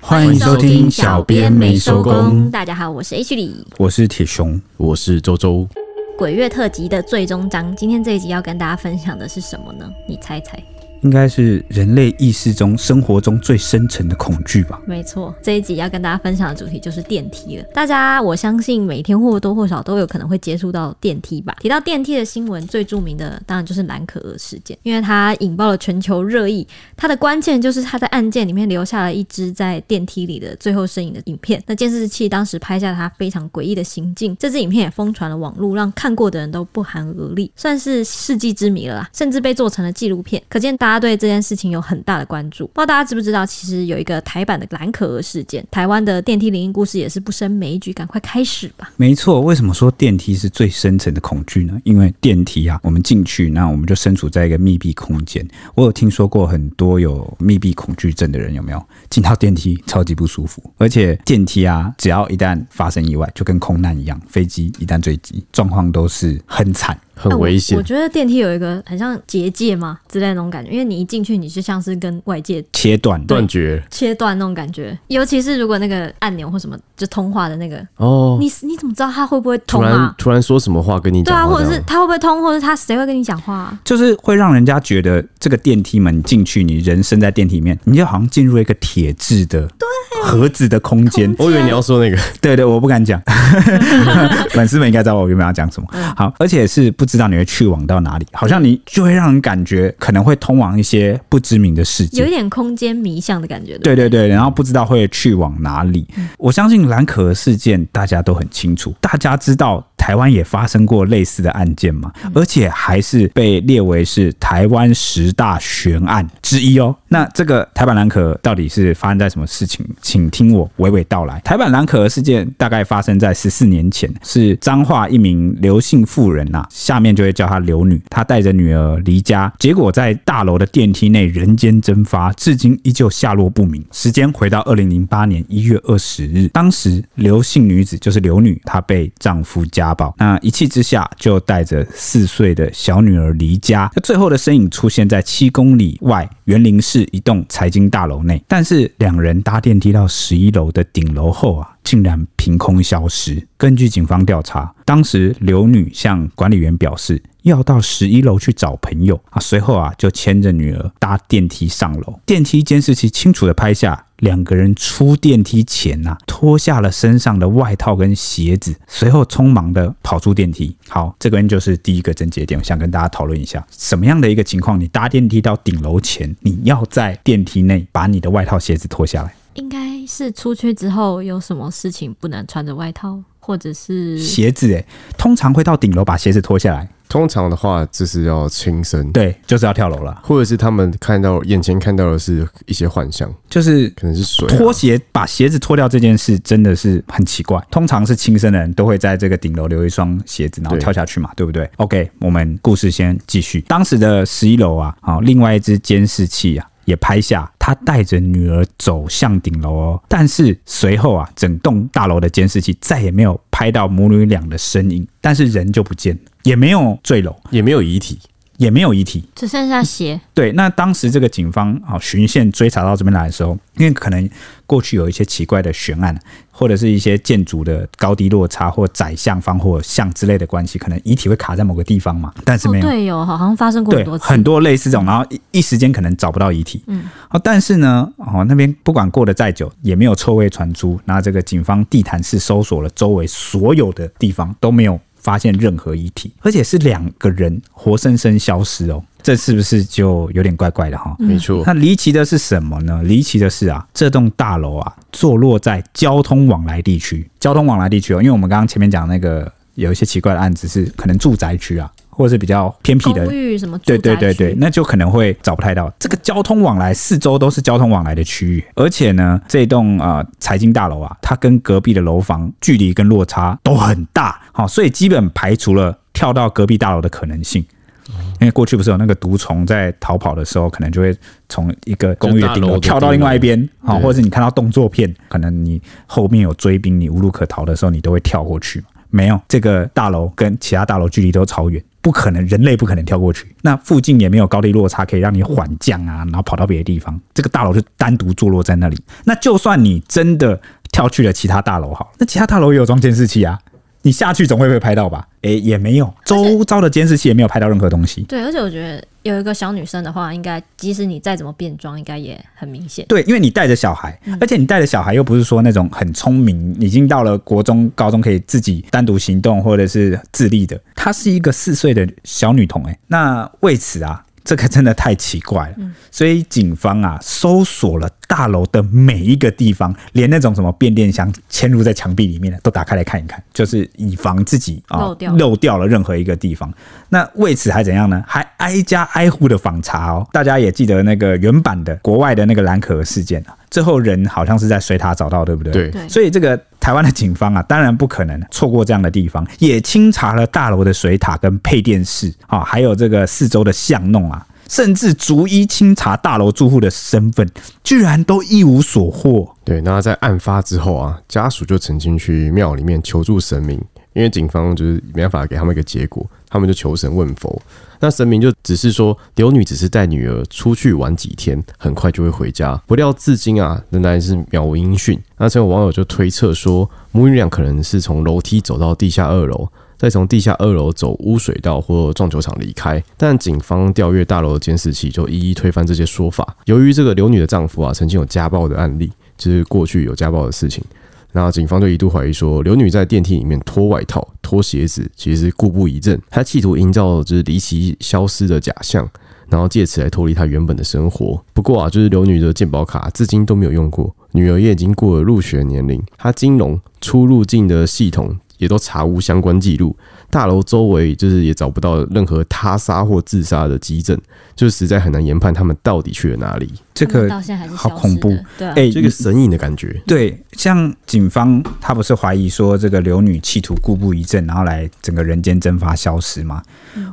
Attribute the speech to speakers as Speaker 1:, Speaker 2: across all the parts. Speaker 1: 欢迎收听小编没收工
Speaker 2: 大家好，我是 H 李。
Speaker 1: 我是铁熊，
Speaker 3: 我是周周，
Speaker 2: 鬼月特辑的最终章，今天这一集要跟大家分享的是什么呢？你猜猜？
Speaker 1: 应该是人类意识中、生活中最深沉的恐惧吧。
Speaker 2: 没错，这一集要跟大家分享的主题就是电梯了。大家我相信每天或多或少都有可能会接触到电梯吧。提到电梯的新闻，最著名的当然就是蓝可儿事件，因为它引爆了全球热议。它的关键就是它在案件里面留下了一支在电梯里的最后身影的影片。那监视器当时拍下他非常诡异的行径，这支影片也疯传了网络，让看过的人都不寒而栗，算是世纪之谜了啦，甚至被做成了纪录片。可见大家对这件事情有很大的关注。不知道大家知不知道，其实有一个台版的蓝可儿事件，台湾的电梯灵异故事也是不胜枚举，赶快开始吧。
Speaker 1: 没错，为什么说电梯是最深层的恐惧呢？因为电梯啊，我们进去，那我们就身处在一个密闭空间。我有听说过很多有密闭恐惧症的人，有没有？进到电梯超级不舒服，而且电梯啊，只要一旦发生意外，就跟空难一样，飞机一旦坠机，状况都是很惨。
Speaker 3: 很
Speaker 2: 哎我
Speaker 3: 危险
Speaker 2: 我。觉得电梯有一个很像结界嘛之类的那种感觉，因为你一进去，你就像是跟外界
Speaker 1: 切断，
Speaker 3: 断绝
Speaker 2: 切断那种感觉，尤其是如果那个按钮或什么就通话的那个，
Speaker 3: 哦，
Speaker 2: 你你怎么知道他会不会
Speaker 3: 突
Speaker 2: 通
Speaker 3: 然
Speaker 2: 啊？
Speaker 3: 突然说什么话跟你
Speaker 2: 对
Speaker 3: 讲
Speaker 2: 啊，
Speaker 3: 话
Speaker 2: 或
Speaker 3: 这样，
Speaker 2: 者是他会不会通，或者他谁会跟你讲话、啊？
Speaker 1: 就是会让人家觉得这个电梯门进去，你人身在电梯里面，你就好像进入一个铁质的盒子的空间
Speaker 2: 空。
Speaker 3: 我以为你要说那个，
Speaker 1: 对对，我不敢讲，粉丝们应该知道我原本要讲什么。好，而且是不知道你会去往到哪里，好像你就会让人感觉可能会通往一些不知名的世
Speaker 2: 有一
Speaker 1: 界。
Speaker 2: 点空间迷向的感觉，
Speaker 1: 对对对，然后不知道会去往哪里。我相信蓝可儿事件大家都很清楚，大家知道台湾也发生过类似的案件嘛，而且还是被列为是台湾十大悬案之一哦。那这个台版蓝可儿到底是发生在什么事情？请听我娓娓道来。台版蓝可儿事件大概发生在十四年前，是彰化一名刘姓妇人呐、下面就会叫她刘女，她带着女儿离家，结果在大楼的电梯内人间蒸发，至今依旧下落不明。时间回到二零零八年一月二十日，当时刘姓女子就是刘女，她被丈夫家暴，那一气之下就带着四岁的小女儿离家。那最后的身影出现在七公里外园林市一栋财经大楼内，但是两人搭电梯到十一楼的顶楼后啊，竟然凭空消失。根据警方调查，当时刘女向管理员表示。要到十一楼去找朋友啊，随后啊就牵着女儿搭电梯上楼。电梯监视器清楚的拍下两个人出电梯前呐、脱下了身上的外套跟鞋子，随后匆忙的跑出电梯。好，这个人就是第一个症结点，我想跟大家讨论一下，什么样的一个情况，你搭电梯到顶楼前，你要在电梯内把你的外套、鞋子脱下来，
Speaker 2: 应该是出去之后有什么事情不能穿着外套，或者是
Speaker 1: 鞋子诶、通常会到顶楼把鞋子脱下来，
Speaker 3: 通常的话就是要轻生，，
Speaker 1: 对，就是要跳楼了，
Speaker 3: 或者是他们看到眼前看到的是一些幻象，
Speaker 1: 就是
Speaker 3: 可能是水啊、
Speaker 1: 脱鞋把鞋子脱掉这件事真的是很奇怪。通常是轻生的人都会在这个顶楼留一双鞋子，然后
Speaker 3: 对
Speaker 1: 跳下去嘛，对不对？OK，我们故事先继续。当时的十一楼啊，好，另外一只监视器啊。也拍下他带着女儿走向顶楼哦，但是随后啊，整栋大楼的监视器再也没有拍到母女俩的身影，但是人就不见了，也没有坠楼，
Speaker 3: 也没有遗体，
Speaker 1: 也没有遗体，
Speaker 2: 只剩下鞋，
Speaker 1: 对，那当时这个警方啊循线追查到这边来的时候，因为可能过去有一些奇怪的悬案，或者是一些建筑的高低落差或窄向防火巷之类的关系，可能遗体会卡在某个地方嘛，但是
Speaker 2: 哦
Speaker 1: 没有。
Speaker 2: 对有，好像发生过
Speaker 1: 对
Speaker 2: 很多，次，
Speaker 1: 很多类似这种，然后一一时间可能找不到遗体。
Speaker 2: 嗯，
Speaker 1: 哦，但是呢，哦那边不管过得再久，也没有臭味传出。那这个警方地毯式搜索了周围所有的地方，都没有发现任何遗体，而且是两个人活生生消失哦，这是不是就有点怪怪的哈、
Speaker 2: 嗯
Speaker 3: 没错，
Speaker 1: 那离奇的是什么呢？离奇的是啊，这栋大楼啊坐落在交通往来地区，交通往来地区哦，因为我们刚刚前面讲那个有一些奇怪的案子是可能住宅区啊，或者是比较偏僻的
Speaker 2: 公寓什么住
Speaker 1: 对
Speaker 2: 宅
Speaker 1: 对对对，
Speaker 2: 区
Speaker 1: 那就可能会找不太到。这个交通往来四周都是交通往来的区域，而且呢，这栋呃财经大楼啊，它跟隔壁的楼房距离跟落差都很大，好、所以基本排除了跳到隔壁大楼的可能性。因为过去不是有那个毒虫在逃跑的时候，可能就会从一个公寓的顶
Speaker 3: 就大
Speaker 1: 楼
Speaker 3: 楼的
Speaker 1: 跳到另外一边，好、
Speaker 3: 对
Speaker 1: 或者你看到动作片，可能你后面有追兵，你无路可逃的时候，你都会跳过去嘛。没有，这个大楼跟其他大楼距离都超远，不可能，人类不可能跳过去。那附近也没有高低落差可以让你缓降啊，然后跑到别的地方。这个大楼就单独坐落在那里。那就算你真的跳去了其他大楼，好了，那其他大楼也有装监视器啊。你下去总会被拍到吧？诶、也没 有，周遭的监视器也没有拍到任何东西。
Speaker 2: 对，而且我觉得有一个小女生的话，应该即使你再怎么变装，应该也很明显。
Speaker 1: 对，因为你带着小孩，
Speaker 2: 嗯
Speaker 1: 而且你带着小孩又不是说那种很聪明，已经到了国中、高中可以自己单独行动或者是自立的，她是一个四岁的小女童、欸，那为此啊。这个真的太奇怪了，
Speaker 2: 嗯
Speaker 1: 所以警方啊搜索了大楼的每一个地方，连那种什么变电箱嵌入在墙壁里面的都打开来看一看，就是以防自己啊、
Speaker 2: 漏掉了
Speaker 1: 漏掉了任何一个地方。那为此还怎样呢？还挨家挨户的访查哦。大家也记得那个原版的国外的那个蓝可儿事件啊，最后人好像是在水塔找到，对不对？
Speaker 3: 对
Speaker 2: 对
Speaker 1: 所以这个台湾的警方啊，当然不可能错过这样的地方，也清查了大楼的水塔跟配电室啊、还有这个四周的巷弄啊。甚至逐一清查大楼住户的身份，居然都一无所获。
Speaker 3: 对，那在案发之后啊，家属就曾经去庙里面求助神明，因为警方就是没办法给他们一个结果，他们就求神问佛。那神明就只是说，刘女只是带女儿出去玩几天，很快就会回家。不料至今啊，仍然是渺无音讯。那曾有网友就推测说，母女俩可能是从楼梯走到地下二楼，再从地下二楼走污水道或撞球场离开。但警方调阅大楼的监视器，就一一推翻这些说法。由于这个刘女的丈夫啊，曾经有家暴的案例，就是过去有家暴的事情。那警方就一度怀疑说，刘女在电梯里面脱外套、脱鞋子，其实是故布疑阵，她企图营造就是离奇消失的假象，然后借此来脱离她原本的生活。不过啊，就是刘女的健保卡至今都没有用过，女儿也已经过了入学年龄，她金融出入境的系统也都查无相关记录，大楼周围就是也找不到任何他杀或自杀的迹证，就实在很难研判他们到底去了哪里。
Speaker 1: 这
Speaker 2: 他们
Speaker 1: 个
Speaker 2: 到现在还是
Speaker 1: 好
Speaker 2: 消失
Speaker 1: 恐怖
Speaker 2: 的，对啊，
Speaker 1: 哎、
Speaker 3: 这个神隐的感觉，
Speaker 1: 对，像警方他不是怀疑说这个刘女企图故布疑阵，然后来整个人间蒸发消失吗？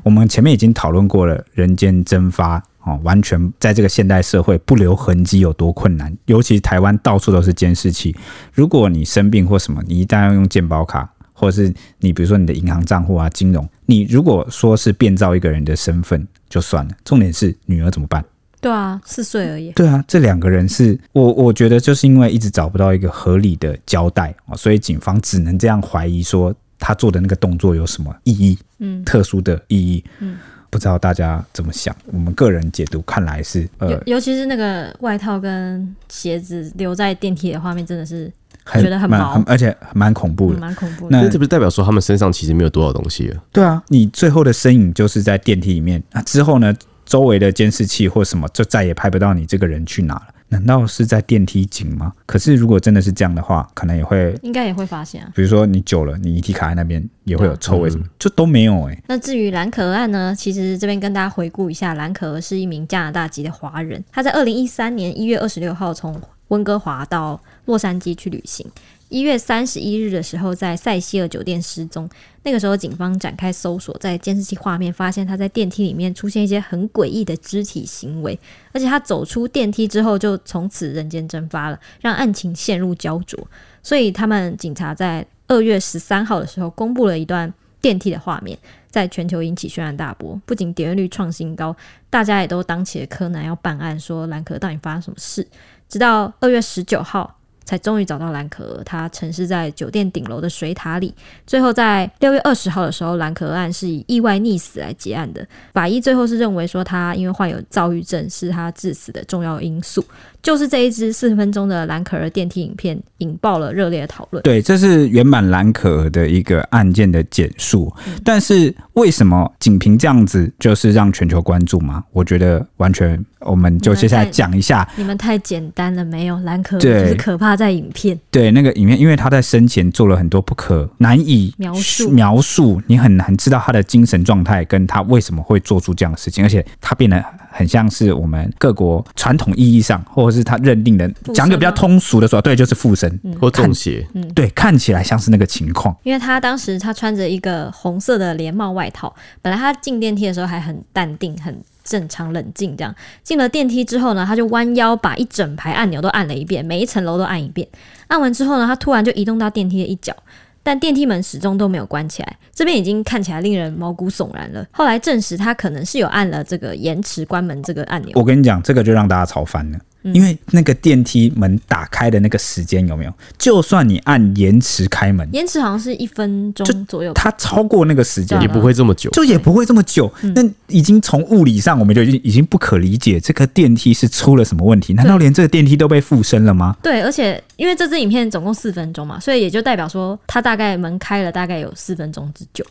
Speaker 1: 我们前面已经讨论过了，人间蒸发。哦，完全在这个现代社会不留痕迹有多困难，尤其台湾到处都是监视器。如果你生病或什么，你一旦要用健保卡，或者是你比如说你的银行账户啊、金融，你如果说是变造一个人的身份就算了，重点是女儿怎么办？
Speaker 2: 对啊，四岁而已。
Speaker 1: 对啊，这两个人是我，我觉得就是因为一直找不到一个合理的交代哦，所以警方只能这样怀疑说他做的那个动作有什么意义，
Speaker 2: 嗯，
Speaker 1: 特殊的意义。嗯，不知道大家怎么想？我们个人解读看来是呃
Speaker 2: 尤，尤其是那个外套跟鞋子留在电梯里的画面，真的是
Speaker 1: 很
Speaker 2: 觉得很
Speaker 1: 蛮
Speaker 2: 毛
Speaker 1: 而且蛮恐怖
Speaker 2: 嗯
Speaker 1: 的。
Speaker 2: 蛮恐怖
Speaker 1: 那
Speaker 2: 的。
Speaker 3: 那这不是代表说他们身上其实没有多少东西了？
Speaker 1: 对啊，你最后的身影就是在电梯里面，那之后呢，周围的监视器或什么就再也拍不到你这个人去哪了。难道是在电梯井吗？可是如果真的是这样的话，可能也会
Speaker 2: 应该也会发现啊。
Speaker 1: 比如说你久了，你遗体卡在那边也会有臭味，
Speaker 3: 嗯
Speaker 1: 什么就都没有哎、
Speaker 2: 那至于兰可儿案呢，其实这边跟大家回顾一下，兰可儿是一名加拿大籍的华人，他在二零一三年一月二十六号从温哥华到洛杉矶去旅行。一月三十一日的时候，在塞西尔酒店失踪。那个时候，警方展开搜索，在监视器画面发现他在电梯里面出现一些很诡异的肢体行为，而且他走出电梯之后就从此人间蒸发了，让案情陷入焦灼。所以，他们警察在二月十三号的时候公布了一段电梯的画面，在全球引起轩然大波，不仅点阅率创新高，大家也都当起了柯南要办案，说兰可到底发生什么事。直到二月十九号，才终于找到兰可儿，她沉尸在酒店顶楼的水塔里。最后在六月二十号的时候，兰可儿案是以意外溺死来结案的。法医最后是认为说，她因为患有躁郁症，是她致死的重要因素。就是这一支四分钟的兰可儿电梯影片引爆了热烈的讨论。
Speaker 1: 对，这是原版蓝可儿的一个案件的简述。
Speaker 2: 嗯
Speaker 1: 但是为什么仅凭这样子就是让全球关注吗？我觉得完全，我们就接下来讲一下
Speaker 2: 你们太简单了，没有兰可儿就
Speaker 1: 对
Speaker 2: 是可怕在影片。
Speaker 1: 对那个影片，因为他在生前做了很多不可难以
Speaker 2: 描述
Speaker 1: 描述，你很难知道他的精神状态跟他为什么会做出这样的事情，而且他变得很像是我们各国传统意义上，或者是他认定的
Speaker 2: 身
Speaker 1: 讲一个比较
Speaker 2: 吗嗯
Speaker 1: 通俗的说法，对，就是附身，
Speaker 3: 或中邪，
Speaker 1: 对，看起来像是那个情况。
Speaker 2: 因为他当时他穿着一个红色的连帽外套，本来他进电梯的时候还很淡定、很正常、冷静这样。进了电梯之后呢，他就弯腰把一整排按钮都按了一遍，每一层楼都按一遍。按完之后呢，他突然就移动到电梯的一角，但电梯门始终都没有关起来，这边已经看起来令人毛骨悚然了。后来证实他可能是有按了这个延迟关门这个按钮，
Speaker 1: 我跟你讲，这个就让大家吵翻了。因为那个电梯门打开的那个时间有没有？就算你按延迟开门，
Speaker 2: 延迟好像是一分钟左右吧。
Speaker 1: 它超过那个时间
Speaker 2: 对啊
Speaker 3: 也不会这么久。
Speaker 1: 就也不会这么久。那已经从物理上，我们就已经已经不可理解这个电梯是出了什么问题？难道连这个电梯都被附身了吗？
Speaker 2: 对，而且因为这支影片总共四分钟嘛，所以也就代表说他大概门开了大概有四分钟之久。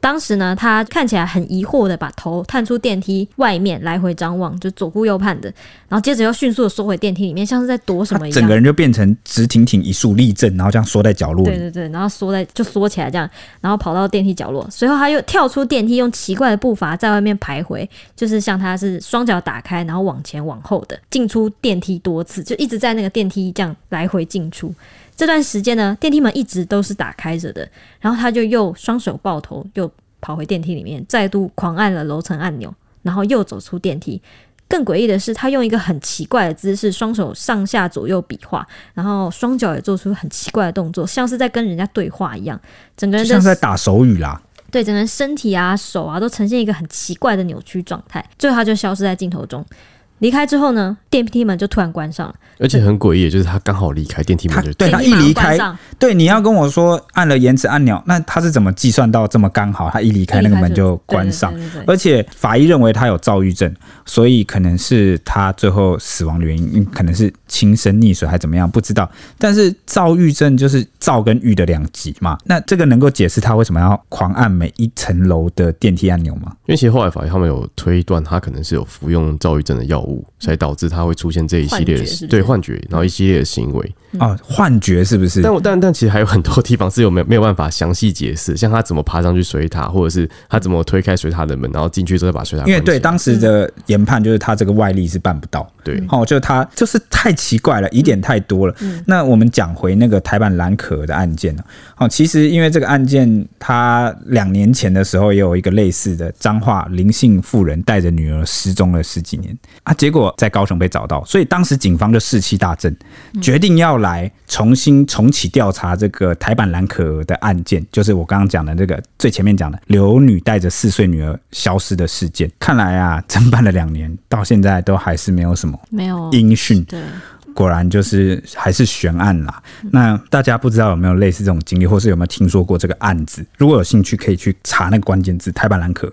Speaker 2: 当时呢，他看起来很疑惑的把头探出电梯外面来回张望，就左顾右盼的，然后接着又迅速的缩回电梯里面，像是在躲什
Speaker 1: 他
Speaker 2: 么一样。
Speaker 1: 整个人就变成直挺挺一束立正，然后这样缩在角落
Speaker 2: 对
Speaker 1: 里。
Speaker 2: 对对，然后缩在就缩起来这样，然后跑到电梯角落，随后他又跳出电梯，用奇怪的步伐在外面徘徊，就是像他是双脚打开，然后往前往后的进出电梯多次，就一直在那个电梯这样来回进出。这段时间呢，电梯门一直都是打开着的，然后他就又双手抱头，又跑回电梯里面，再度狂按了楼层按钮，然后又走出电梯。更诡异的是，他用一个很奇怪的姿势，双手上下左右比划，然后双脚也做出很奇怪的动作，像是在跟人家对话一样。整个
Speaker 1: 就
Speaker 2: 人
Speaker 1: 像
Speaker 2: 的
Speaker 1: 是在打手语啦，
Speaker 2: 对，整个人身体啊、手啊都呈现一个很奇怪的扭曲状态，最后他就消失在镜头中。离开之后呢，电梯门就突然关上了，
Speaker 3: 而且很诡异，就是他刚好离开电梯门
Speaker 1: 他
Speaker 3: 就
Speaker 1: 对
Speaker 2: 电
Speaker 1: 他
Speaker 2: 梯
Speaker 1: 一
Speaker 2: 马上
Speaker 1: 离
Speaker 2: 关
Speaker 1: 开，
Speaker 2: 上
Speaker 1: 对你要跟我说按了延迟按钮，那他是怎么计算到这么刚好？他一离开那个门就关上，
Speaker 2: 对对对对对
Speaker 1: 而且法医认为他有躁郁症，所以可能是他最后死亡的原因，嗯可能是轻生溺水还怎么样，不知道。但是躁郁症就是躁跟郁的两极嘛，那这个能够解释他为什么要狂按每一层楼的电梯按钮吗？
Speaker 3: 因为其实后来法医他们有推断，他可能是有服用躁郁症的药物，才导致他会出现这一系列的
Speaker 2: 幻觉是不是
Speaker 3: 对幻觉，然后一系列的行为。
Speaker 1: 哦，幻觉是不是？
Speaker 3: 但我但但其实还有很多地方是有没有没有办法详细解释，像他怎么爬上去水塔，或者是他怎么推开水塔的门，然后进去之后把水塔
Speaker 1: 因为
Speaker 3: 关起来
Speaker 1: 对当时的研判就是他这个外力是办不到，
Speaker 3: 对
Speaker 1: 哦，就他就是太奇怪了，疑点太多了。那我们讲回那个台版蓝可的案件呢、哦，其实因为这个案件，他两年前的时候也有一个类似的彰化林姓妇人带着女儿失踪了十几年啊，结果在高雄被找到，所以当时警方就士气大振，决定要来重新重启调查这个台版蓝可儿的案件，就是我刚刚讲的这个最前面讲的刘女带着四岁女儿消失的事件。看来啊，侦办了两年，到现在都还是没有什么
Speaker 2: 没有
Speaker 1: 音讯。
Speaker 2: 对。
Speaker 1: 果然就是还是悬案啦。那大家不知道有没有类似这种经历，或是有没有听说过这个案子？如果有兴趣，可以去查那个关键字“台版蓝可”。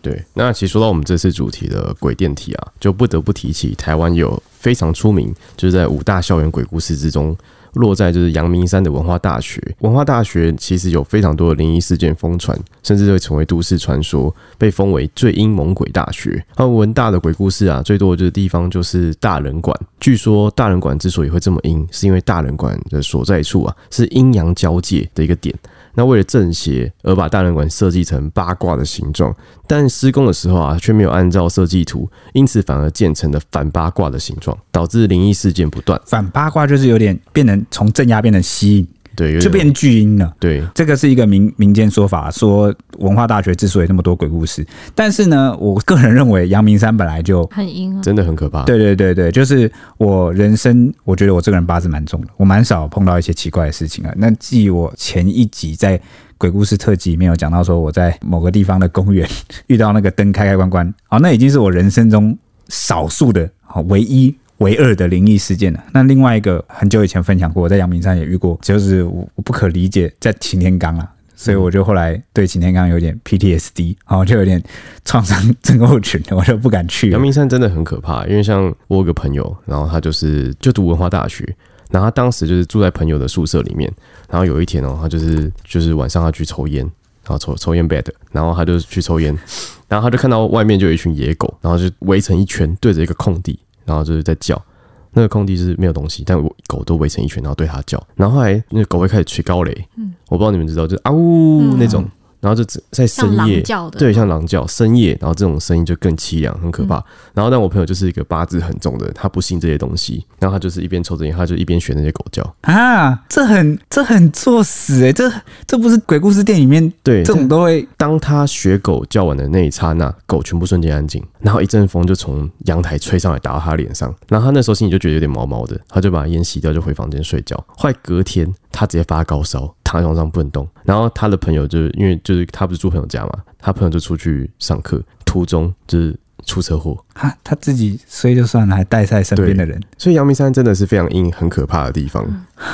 Speaker 3: 对，那其实说到我们这次主题的鬼电梯啊，就不得不提起台湾有非常出名，就是在五大校园鬼故事之中，落在就是阳明山的文化大学。文化大学其实有非常多的灵异事件疯传，甚至会成为都市传说，被封为最阴猛鬼大学。那文大的鬼故事啊，最多的就是地方就是大人馆。据说大人馆之所以会这么阴，是因为大人馆的所在处啊是阴阳交界的一个点。那为了正邪而把大人馆设计成八卦的形状，但施工的时候啊，却没有按照设计图，因此反而建成了反八卦的形状，导致灵异事件不断。
Speaker 1: 反八卦就是有点变成从镇压变成吸引，
Speaker 3: 对，有点
Speaker 1: 就变巨婴了。
Speaker 3: 对
Speaker 1: 这个是一个民民间说法，说文化大学之所以那么多鬼故事，但是呢，我个人认为阳明山本来就。
Speaker 2: 很阴啊，
Speaker 3: 真的很可怕。
Speaker 1: 对对对对，就是我人生，我觉得我这个人八字蛮重的，我蛮少碰到一些奇怪的事情啊。那继我前一集在鬼故事特辑里面有讲到，说我在某个地方的公园 遇到那个灯开开关关，好，那已经是我人生中少数的，好唯一。唯二的灵异事件了。那另外一个很久以前分享过，我在阳明山也遇过，就是我我不可理解，在擎天岗啊，所以我就后来对擎天岗有点 PTSD，好，就有点创伤症候群，我就不敢去了
Speaker 3: 阳。明山真的很可怕，因为像我有个朋友，然后他就是就读文化大学，然后他当时就是住在朋友的宿舍里面，然后有一天哦，他就是就是晚上他去抽烟，然后抽抽烟 bed，然后他就去抽烟，然后他就看到外面就有一群野狗，然后就围成一圈对着一个空地，然后就是在叫。那个空地是没有东西，但我狗都围成一圈，然后对它叫。然后后来那个狗会开始吹高雷，
Speaker 2: 嗯
Speaker 3: 我不知道你们知道，就是啊呜那种，然后就只在深
Speaker 2: 像狼
Speaker 3: 夜，
Speaker 2: 叫的，
Speaker 3: 对，像狼叫，深夜，然后这种声音就更凄凉，很可怕。然后，但我朋友就是一个八字很重的人，他不信这些东西，然后他就是一边抽着烟，他就一边学那些狗叫。
Speaker 1: 啊，这很这很作死哎、这这不是鬼故事店里面
Speaker 3: 对，
Speaker 1: 这种
Speaker 3: 但
Speaker 1: 都会
Speaker 3: 当他学狗叫完的那一刹那，狗全部瞬间安静，然后一阵风就从阳台吹上来，打到他脸上。然后他那时候心里就觉得有点毛毛的，他就把烟吸掉，就回房间睡觉。后来隔天，他直接发高烧，躺在床上不能动。然后他的朋友就是因为就是他不是住朋友家嘛，他朋友就出去上课，途中就是出车祸。
Speaker 1: 哈，啊他自己衰就算了，还带在身边的人，
Speaker 3: 所以阳明山真的是非常阴、很可怕的地方。
Speaker 2: 嗯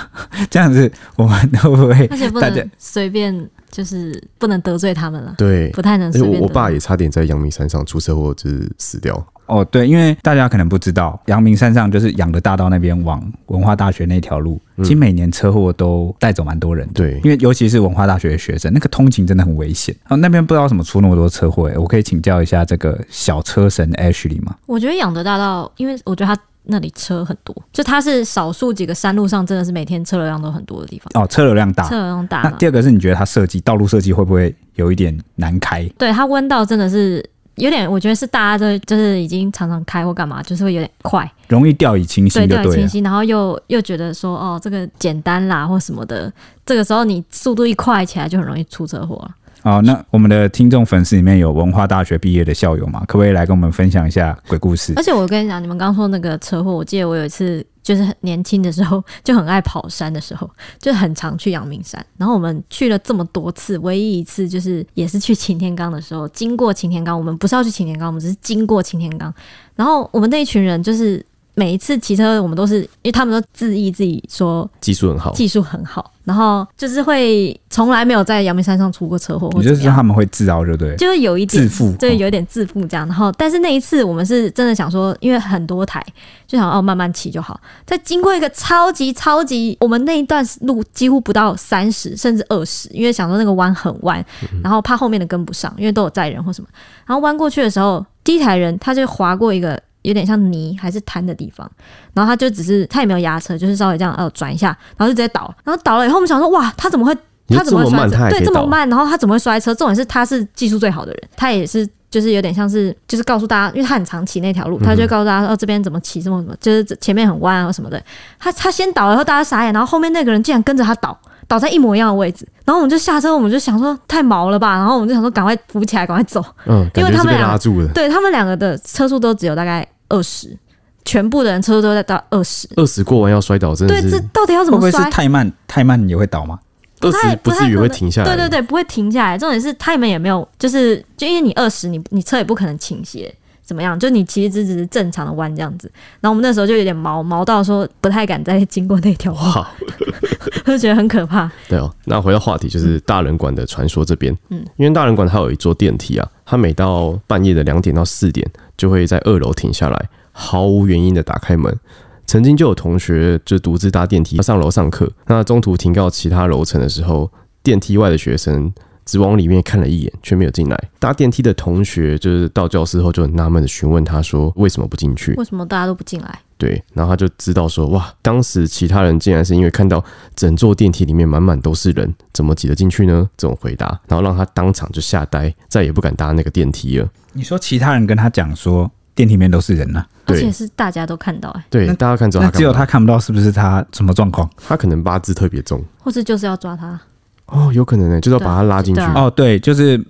Speaker 1: 这样子我们会不会
Speaker 2: 而且不
Speaker 1: 大家
Speaker 2: 能随便，就是不能得罪他们了，
Speaker 3: 对，
Speaker 2: 不太能
Speaker 3: 而
Speaker 2: 随
Speaker 3: 且我
Speaker 2: 便得罪。
Speaker 3: 我爸也差点在阳明山上出车祸，就是死掉。
Speaker 1: 哦，对，因为大家可能不知道，阳明山上就是养德大道那边往文化大学那条路，其实每年车祸都带走蛮多人的。
Speaker 3: 对
Speaker 1: 因为尤其是文化大学的学生，那个通勤真的很危险。然后那边不知道怎么出那么多车祸、欸，我可以请教一下这个小车神 Ashley 吗？
Speaker 2: 我觉得养德大道，因为我觉得它那里车很多，就它是少数几个山路上真的是每天车流量都很多的地方，
Speaker 1: 哦，车流量大
Speaker 2: 车。流量大
Speaker 1: 那
Speaker 2: 嘛。
Speaker 1: 第二个是你觉得它设计道路设计会不会有一点难开？
Speaker 2: 对，它弯道真的是有点，我觉得是大家都就是已经常常开或干嘛，就是会有点快，
Speaker 1: 容易掉以轻
Speaker 2: 对，
Speaker 1: 心就
Speaker 2: 掉以
Speaker 1: 对
Speaker 2: 轻
Speaker 1: 了。
Speaker 2: 心，然后又又觉得说哦，这个简单啦或什么的，这个时候你速度一快起来就很容易出车祸了。
Speaker 1: 哦，那我们的听众粉丝里面有文化大学毕业的校友吗？可不可以来跟我们分享一下鬼故事
Speaker 2: 而？且我跟你讲，你们刚说那个车祸，我记得我有一次就是很年轻的时候，就很爱跑山的时候，就很常去阳明山。然后我们去了这么多次，唯一一次就是也是去擎天岗的时候，经过擎天岗，我们不是要去擎天岗，我们只是经过擎天岗。然后我们那一群人就是。每一次骑车，我们都是因为他们都自诩自己说
Speaker 3: 技术很好，
Speaker 2: 技术很好，然后就是会从来没有在阳明山上出过车祸或
Speaker 1: 你
Speaker 2: 怎
Speaker 1: 就
Speaker 2: 么
Speaker 1: 是让
Speaker 2: 样，
Speaker 1: 他们会自傲，就对了。
Speaker 2: 就是有一点
Speaker 1: 自负
Speaker 2: 对，
Speaker 1: 哦
Speaker 2: 有一点自负这样。然后，但是那一次我们是真的想说，因为很多台，就想哦慢慢骑就好。在经过一个超级超级，我们那一段路几乎不到三十甚至二十，因为想说那个弯很弯，
Speaker 1: 嗯
Speaker 2: 然后怕后面的跟不上，因为都有载人或什么。然后弯过去的时候，第一台人他就划过一个。有点像泥还是滩的地方，然后他就只是他也没有压车，就是稍微这样呃转一下，然后就直接倒了。然后倒了以后，我们想说哇，他怎么会
Speaker 3: 你
Speaker 2: 他
Speaker 3: 说
Speaker 2: 怎么会
Speaker 3: 这么
Speaker 2: 摔
Speaker 3: 慢，啊
Speaker 2: 车？
Speaker 3: 他也
Speaker 2: 对，
Speaker 3: 可以
Speaker 2: 这么
Speaker 3: 倒。
Speaker 2: 慢，然后他怎么会摔车？重点是他是技术最好的人，他也是就是有点像是就是告诉大家，因为他很常骑那
Speaker 3: 嗯
Speaker 2: 条路，他就会告诉大家哦这边怎么骑，什么什么，就是前面很弯啊什么的。他他先倒了，然后大家傻眼，然后后面那个人竟然跟着他倒。倒在一模一样的位置，然后我们就下车，我们就想说太毛了吧，然后我们就想说赶快扶起来，赶快走。
Speaker 3: 嗯，
Speaker 2: 因
Speaker 3: 感
Speaker 2: 为
Speaker 3: 觉
Speaker 2: 他
Speaker 3: 是
Speaker 2: 们
Speaker 3: 被
Speaker 2: 俩
Speaker 3: 拉住的，
Speaker 2: 对他们两个的车速都只有大概二十，全部的人车速都在到二十。
Speaker 3: 二十过弯要摔倒，真的
Speaker 2: 对，这
Speaker 3: 是
Speaker 2: 到底要怎
Speaker 1: 会不
Speaker 2: 么
Speaker 1: 会是
Speaker 2: 摔？
Speaker 1: 太慢？太慢也会倒吗？
Speaker 3: 二
Speaker 2: 太
Speaker 3: 十
Speaker 2: 不
Speaker 3: 不
Speaker 2: 太
Speaker 3: 至于
Speaker 2: 可
Speaker 3: 会
Speaker 2: 能
Speaker 3: 停下来。
Speaker 2: 对对对，不会停下来。重点是他们也没有，就是就因为你二十，你你车也不可能倾斜，怎么样？就你其实只只是正常的弯这样子。然后我们那时候就有点毛毛到说不太敢再经过那条 路，
Speaker 3: 哇，
Speaker 2: 就觉得很可怕。
Speaker 3: 对哦，那回到话题，就是大人馆的传说这边，嗯，因为大人馆它有一座电梯啊，它每到半夜的两点到四点，就会在二楼停下来，毫无原因的打开门。曾经就有同学就独自搭电梯上楼上课，那中途停到其他楼层的时候，电梯外的学生只往里面看了一眼，却没有进来。搭电梯的同学就是到教室后就很纳闷的询问他说为什么不进去？
Speaker 2: 为什么大家都不进来？
Speaker 3: 对，然后他就知道说，哇，当时其他人竟然是因为看到整座电梯里面满满都是人，怎么挤得进去呢？这种回答，然后让他当场就吓呆，再也不敢搭那个电梯了。
Speaker 1: 你说其他人跟他讲说电梯里面都是人呐、
Speaker 2: 而
Speaker 3: 对
Speaker 2: 且是大家都看到、哎，
Speaker 3: 对，大家看着
Speaker 1: 那
Speaker 3: 他，
Speaker 1: 只有他，看不到，是不是他什么状况？
Speaker 3: 他可能八字特别重
Speaker 2: 或是就是要抓他。
Speaker 3: 哦，有可能呢、就是要把他拉进去
Speaker 2: 对。啊
Speaker 1: 哦，对，就是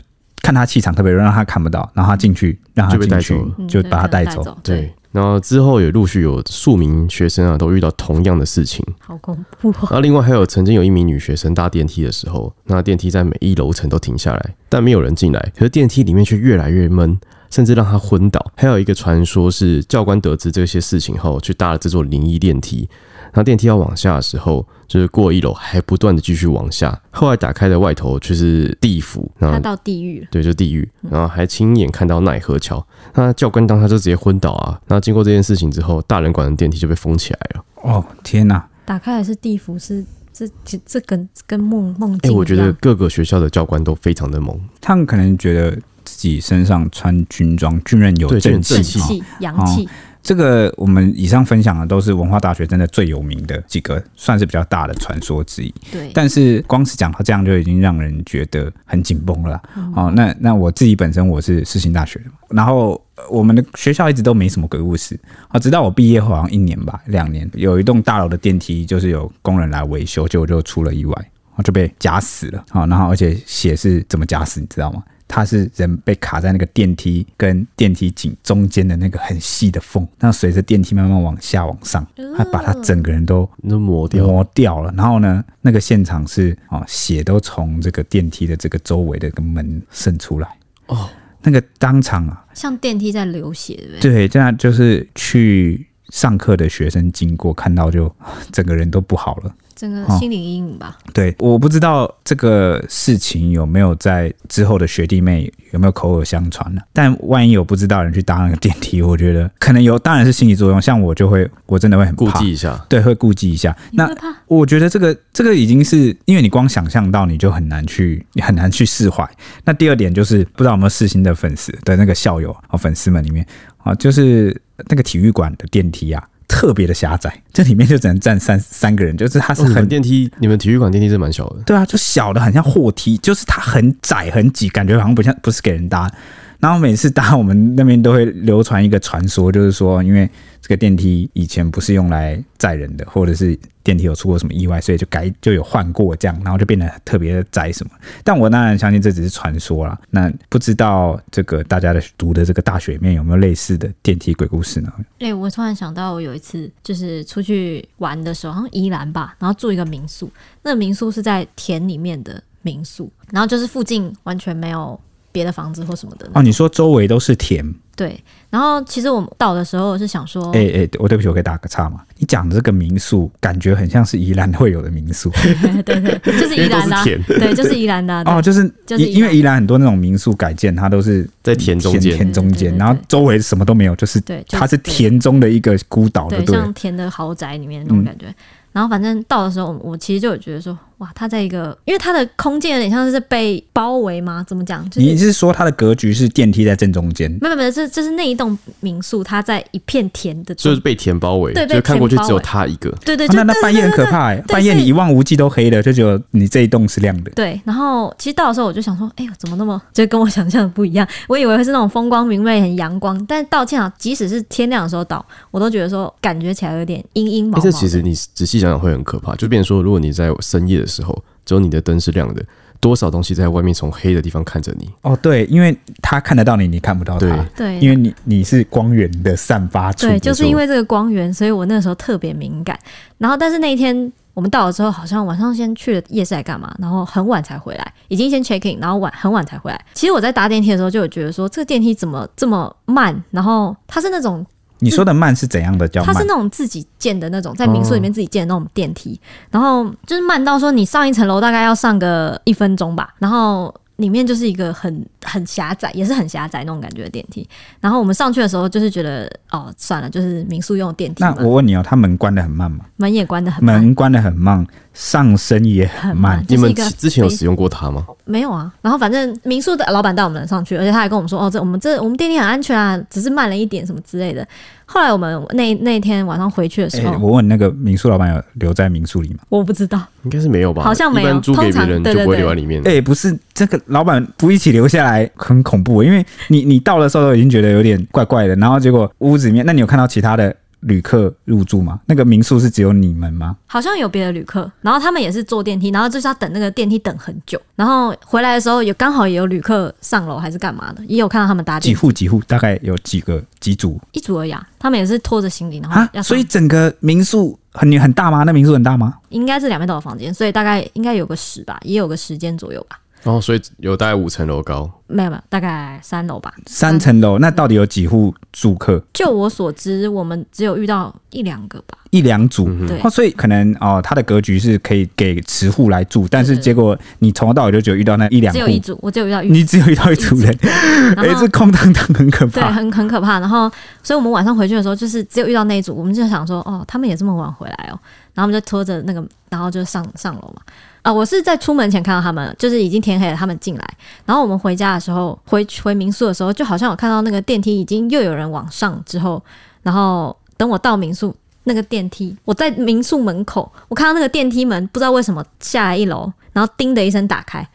Speaker 1: 看他气场特别弱，让他看不到，然后他进去，让他
Speaker 3: 就被
Speaker 1: 进
Speaker 3: 带
Speaker 1: 去
Speaker 3: 走了
Speaker 2: 嗯
Speaker 1: 就把他带
Speaker 2: 带
Speaker 1: 走。
Speaker 2: 对，
Speaker 3: 对，然后之后也陆续有数名学生啊，都遇到同样的事情。
Speaker 2: 好恐怖、哦。
Speaker 3: 然后另外还有曾经有一名女学生搭电梯的时候，那电梯在每一楼层都停下来，但没有人进来，可是电梯里面却越来越闷，甚至让她昏倒。还有一个传说是教官得知这些事情后，去搭了这座灵异电梯。然后电梯要往下的时候，就是过一楼还不断的继续往下，后来打开的外头却是地府，然
Speaker 2: 他
Speaker 3: 后
Speaker 2: 到地狱了，
Speaker 3: 对，就地狱，然后还亲眼看到奈何桥。那教官当下就直接昏倒啊。那经过这件事情之后，大人馆的电梯就被封起来了。
Speaker 1: 哦，天哪、
Speaker 2: 打开的是地府，是这这这跟跟梦梦
Speaker 3: 哎、
Speaker 2: 境一样。
Speaker 3: 我觉得各个学校的教官都非常的猛，
Speaker 1: 他们可能觉得自己身上穿军装，军人有
Speaker 3: 对
Speaker 1: 正
Speaker 3: 就
Speaker 1: 气哦
Speaker 2: 正
Speaker 3: 很正
Speaker 2: 气、阳气，
Speaker 1: 这个我们以上分享的都是文化大学真的最有名的几个，算是比较大的传说之一。
Speaker 2: 对，
Speaker 1: 但是光是讲到这样就已经让人觉得很紧绷了啦。哦，那那我自己本身我是世新大学的嘛，然后呃我们的学校一直都没什么鬼故事啊，直到我毕业后好像一年吧，两年，有一栋大楼的电梯就是有工人来维哦修，结果就出了意外。我就被夹死了啊！然后而且血是怎么夹死，你知道吗？他是人被卡在那个电梯跟电梯井中间的那个很细的缝，那随着电梯慢慢往下往上，他把他整个人都
Speaker 3: 你都磨掉，
Speaker 1: 磨掉了。然后呢，那个现场是哦，血都从这个电梯的这个周围的个门渗出来
Speaker 3: 哦，
Speaker 1: 那个当场啊，
Speaker 2: 像电梯在流血，
Speaker 3: 嗯
Speaker 2: 对不对？
Speaker 1: 对，这样就是去上课的学生经过看到就 整个人都不好了。
Speaker 2: 整个
Speaker 1: 哦
Speaker 2: 心理阴影吧。
Speaker 1: 对，我不知道这个事情有没有在之后的学弟妹有没有口耳相传呢、啊但万一有不知道的人去搭那个电梯，我觉得可能有，当然是心理作用。像我就会，我真的会很
Speaker 3: 顾
Speaker 1: 怕，
Speaker 3: 忌一下，
Speaker 1: 对，会顾忌一下。
Speaker 2: 你
Speaker 1: 那
Speaker 2: 会怕？
Speaker 1: 我觉得这个这个已经是因为你光想象到你就很难去你很难去释怀。那第二点就是不知道有没有世新的粉丝的那个校友啊、哦粉丝们里面啊，就是那个体育馆的电梯啊。特别的狭窄，这里面就只能站三三个人，就是它是
Speaker 3: 哦你
Speaker 1: 很
Speaker 3: 们电梯，你们体育馆电梯是蛮小的，
Speaker 1: 对啊，就小的很像货梯，就是它很窄很挤，感觉好像不像不是给人搭。然后每次搭，我们那边都会流传一个传说，就是说，因为这个电梯以前不是用来载人的，或者是电梯有出过什么意外，所以就改就有换过这样，然后就变得特别的窄什么。但我当然相信这只是传说啦。那不知道这个大家的读的这个大学里面有没有类似的电梯鬼故事呢？
Speaker 2: 哎、我突然想到，我有一次就是出去玩的时候，好像宜兰吧，然后住一个民宿，那个民宿是在田里面的民宿，然后就是附近完全没有别的房子或什么的。
Speaker 1: 哦，你说周围都是田，
Speaker 2: 对，然后其实我们到的时候是想说，
Speaker 1: 哎、哎、我对不起，我可以打个岔嘛？你讲的这个民宿，感觉很像是宜兰会有的民宿
Speaker 2: 对对，就是宜兰的啊、
Speaker 3: 因为都
Speaker 2: 对，就是宜兰的啊、 对
Speaker 1: 哦，就是
Speaker 2: 就是
Speaker 1: 宜
Speaker 2: 宜
Speaker 1: 因
Speaker 2: 兰
Speaker 1: 为宜兰很多那种民宿改建，它都是
Speaker 3: 在田中间
Speaker 1: 田中间，
Speaker 2: 对对对对
Speaker 1: 然后周围什么都没有，就是
Speaker 2: 对就是
Speaker 1: 它是
Speaker 2: 对
Speaker 1: 田中的一个孤岛，哦就
Speaker 2: 对，
Speaker 1: 对嗯
Speaker 2: 像
Speaker 1: 了。
Speaker 2: 田的豪宅里面那种感觉。然后反正到的时候，我我其实就有觉得说，哇，它在一个，因为它的空间有点像是被包围吗？怎么讲？就是
Speaker 1: 你是说它的格局是电梯在正中间？啊
Speaker 2: 没有没有，这这是那一栋民宿，它在一片田的中，
Speaker 3: 就是被田包围，
Speaker 2: 对被
Speaker 3: 就看过去
Speaker 2: 田包围
Speaker 3: 只有他一个，
Speaker 2: 对对，
Speaker 1: 啊
Speaker 2: 就
Speaker 1: 那那半夜很可怕哎、
Speaker 2: 对
Speaker 1: 半夜
Speaker 2: 所以
Speaker 1: 你一望无际都黑的，就只有你这一栋是亮的。
Speaker 2: 对，然后其实到的时候我就想说，哎呦，怎么那 么就跟我想象的不一样？我以为会是那种风光明媚、很阳光，但是到现场，即使是天亮的时候到，我都觉得说感觉起来有点阴阴毛毛
Speaker 3: 哎、这
Speaker 2: 的。
Speaker 3: 其实你仔细想想会很可怕，就变成说，如果你在深夜的时候，只有你的灯是亮的，多少东西在外面从黑的地方看着你，
Speaker 1: 哦，对，因为它看得到你，你看不到
Speaker 3: 对
Speaker 1: 它，
Speaker 2: 对，
Speaker 1: 因为你你是光源的散发处。
Speaker 2: 对，就是
Speaker 1: 没错
Speaker 2: 因为这个光源，所以我那个时候特别敏感。然后，但是那一天我们到了之后，好像晚上先去了夜市来干嘛，然后很晚才回来，已经先 check in，然后晚很晚才回来。其实我在搭电梯的时候就有觉得说，这个电梯怎么这么慢？然后它是那种
Speaker 1: 你说的慢是怎样的叫
Speaker 2: 它
Speaker 1: 慢嗯
Speaker 2: 是？那种自己建的那种，在民宿里面自己建的那种电梯，然后就是慢到说你上一层楼大概要上个一分钟吧，然后。里面就是一个很很狭窄，也是很狭窄那种感觉的电梯。然后我们上去的时候，就是觉得哦，算了，就是民宿用的电梯
Speaker 1: 那
Speaker 2: 嘛，
Speaker 1: 我问你哦，它门关得很慢吗？
Speaker 2: 门也关得很慢，
Speaker 1: 门关得很慢，上升也很慢
Speaker 2: 很慢。这
Speaker 3: 你
Speaker 2: 是一
Speaker 3: 们
Speaker 2: 个
Speaker 3: 之前有
Speaker 2: 非
Speaker 3: 使用过它吗？
Speaker 2: 没有啊。然后反正民宿的老板带我们上去，而且他还跟我们说，哦，这我们这我们电梯很安全啊，只是慢了一点什么之类的。后来我们那那天晚上回去的
Speaker 1: 哎、
Speaker 2: 时候，
Speaker 1: 我问那个民宿老板有留在民宿里吗？
Speaker 2: 我不知道，
Speaker 3: 应该是没有吧？
Speaker 2: 好像没有
Speaker 3: 一般租给别人
Speaker 2: 通常对
Speaker 3: 就
Speaker 2: 对
Speaker 3: 不会留在里
Speaker 2: 嗯
Speaker 3: 面。
Speaker 1: 哎、不是，这个老板不一起留下来很恐怖，欸因为你你到的时候都已经觉得有点怪怪的，然后结果屋子里面，那你有看到其他的旅客入住吗？那个民宿是只有你们吗？
Speaker 2: 好像有别的旅客，然后他们也是坐电梯，然后就是要等那个电梯等很久，然后回来的时候有刚好也有旅客上楼还是干嘛的，也有看到他们搭
Speaker 1: 几
Speaker 2: 电梯，
Speaker 1: 户几户，大概有几个几组
Speaker 2: 一组而已、啊，他们也是拖着行李，然后
Speaker 1: 啊
Speaker 2: 哦要？上
Speaker 1: 所以整个民宿很很大吗？那民宿很大吗？
Speaker 2: 应该是两边都有房间，所以大概应该有个十吧，也有个十间左右吧，
Speaker 3: 然后哦所以有大概五层楼高，
Speaker 2: 没有没有，大概三楼吧。
Speaker 1: 三层
Speaker 2: 嗯
Speaker 1: 楼，那到底有几户住客？
Speaker 2: 就我所知，我们只有遇到一两个吧。
Speaker 1: 一两组，
Speaker 2: 对
Speaker 1: 哦，所以可能哦，它的格局是可以给持户来住，但是
Speaker 2: 对
Speaker 1: 结果你从头到尾就只有遇到那一两
Speaker 2: 只有一
Speaker 1: 户，
Speaker 2: 组，我只有遇到一组，
Speaker 1: 你只有遇到一组人，哎、
Speaker 2: 然后
Speaker 1: 这空荡荡很可
Speaker 2: 对，
Speaker 1: 怕。
Speaker 2: 很很可怕。然后，所以我们晚上回去的时候，就是只有遇到那一组，我们就想说，哦，他们也这么晚回来哦，然后我们就拖着那个，然后就上上楼嘛。啊、我是在出门前看到他们，就是已经天黑了，他们进来。然后我们回家的时候，回回民宿的时候，就好像有看到那个电梯已经又有人往上之后，然后等我到民宿。那个电梯，我在民宿门口，我看到那个电梯门，不知道为什么下来一楼，然后叮的一声打开，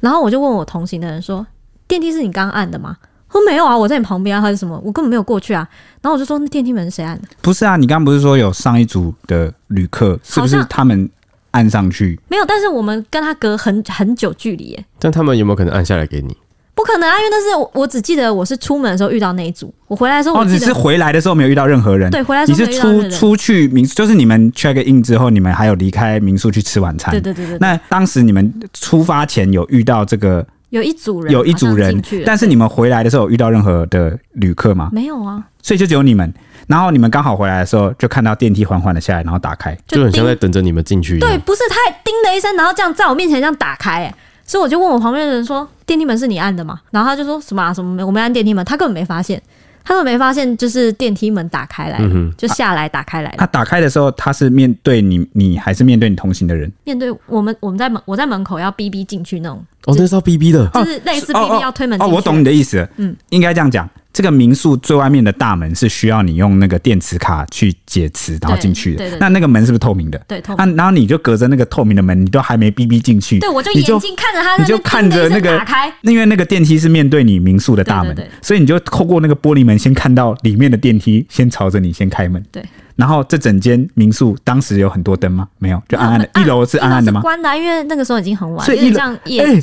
Speaker 2: 然后我就问我同行的人说：“电梯是你刚按的吗？”我说没有啊，我在你旁边啊，还是什么？我根本没有过去啊。然后我就说那电梯门是谁按的？
Speaker 1: 不是啊，你刚刚不是说有上一组的旅客，是不
Speaker 2: 好
Speaker 1: 是
Speaker 2: 像
Speaker 1: 他们按上去？
Speaker 2: 没有，但是我们跟他隔很很久距离耶。
Speaker 3: 但他们有没有可能按下来给你？
Speaker 2: 不可能啊，因为那是我我只记得我是出门的时候遇到那一组，我回来的时候
Speaker 1: 哦，
Speaker 2: 我
Speaker 1: 你
Speaker 2: 记
Speaker 1: 是
Speaker 2: 得、
Speaker 1: 回来的时候没有遇到任何人，
Speaker 2: 对回来
Speaker 1: 你
Speaker 2: 的时
Speaker 1: 是
Speaker 2: 候没有遇到任
Speaker 1: 出
Speaker 2: 何人，
Speaker 1: 出去民，就是你们 check in 之后，你们还有离开民宿去吃晚餐。
Speaker 2: 对对对对对，
Speaker 1: 那当时你们出发前有遇到这个
Speaker 2: 有一组人
Speaker 1: 有一组
Speaker 2: 好像
Speaker 1: 人
Speaker 2: 进去，了
Speaker 1: 但是你们回来的时候有遇到任何的旅客吗？
Speaker 2: 没有啊，
Speaker 1: 所以就只有你们。然后你们刚好回来的时候，就看到电梯缓缓的下来，然后打开。
Speaker 3: 就很像
Speaker 2: 叮
Speaker 1: 啊
Speaker 3: 在等着你们进去一
Speaker 2: 对，
Speaker 3: 样。
Speaker 2: 不是他还叮的一声，然后这样在我面前这样打开、哎，所以我就问我旁边的人说：“电梯门是你按的吗？”然后他就说什么、啊、什么没我没按电梯门，他根本没发现，他根本没发现就是电梯门打开
Speaker 1: 嗯
Speaker 2: 来了，就下来打开来了。
Speaker 1: 他打开的时候，他是面对你，你还是面对你同行的人？
Speaker 2: 面对我们我们在门我在门口要逼逼进去那种，
Speaker 3: 哦，那是要逼逼的，
Speaker 2: 就是类似逼
Speaker 1: 哦
Speaker 2: 逼
Speaker 1: 哦
Speaker 2: 要推门
Speaker 1: 哦，
Speaker 2: 进去
Speaker 1: 我懂你的意思了。嗯
Speaker 2: 嗯，
Speaker 1: 应该这样讲。这个民宿最外面的大门是需要你用那个电磁卡去解磁，然后进去
Speaker 2: 对对
Speaker 1: 的。
Speaker 2: 对
Speaker 1: 那那个门是不是透明的？
Speaker 2: 对透明
Speaker 1: 啊，然后你就隔着那个透明的门，你都还没逼逼进去。
Speaker 2: 对我就
Speaker 1: 你
Speaker 2: 眼睛啊看着他，
Speaker 1: 你就看着那个
Speaker 2: 打开，
Speaker 1: 因为那个电梯是面对你民宿的大门，
Speaker 2: 对对对
Speaker 1: 所以你就透过那个玻璃门先看到里面的电梯，先朝着你先开门。
Speaker 2: 对。
Speaker 1: 然后这整间民宿当时有很多灯吗？没有，就
Speaker 2: 啊
Speaker 1: 暗暗啊的。一楼是暗暗的吗？
Speaker 2: 关的啊、因为那个时候已经很晚，
Speaker 1: 所以
Speaker 2: 有点
Speaker 1: 一楼
Speaker 2: 像夜、
Speaker 1: 哎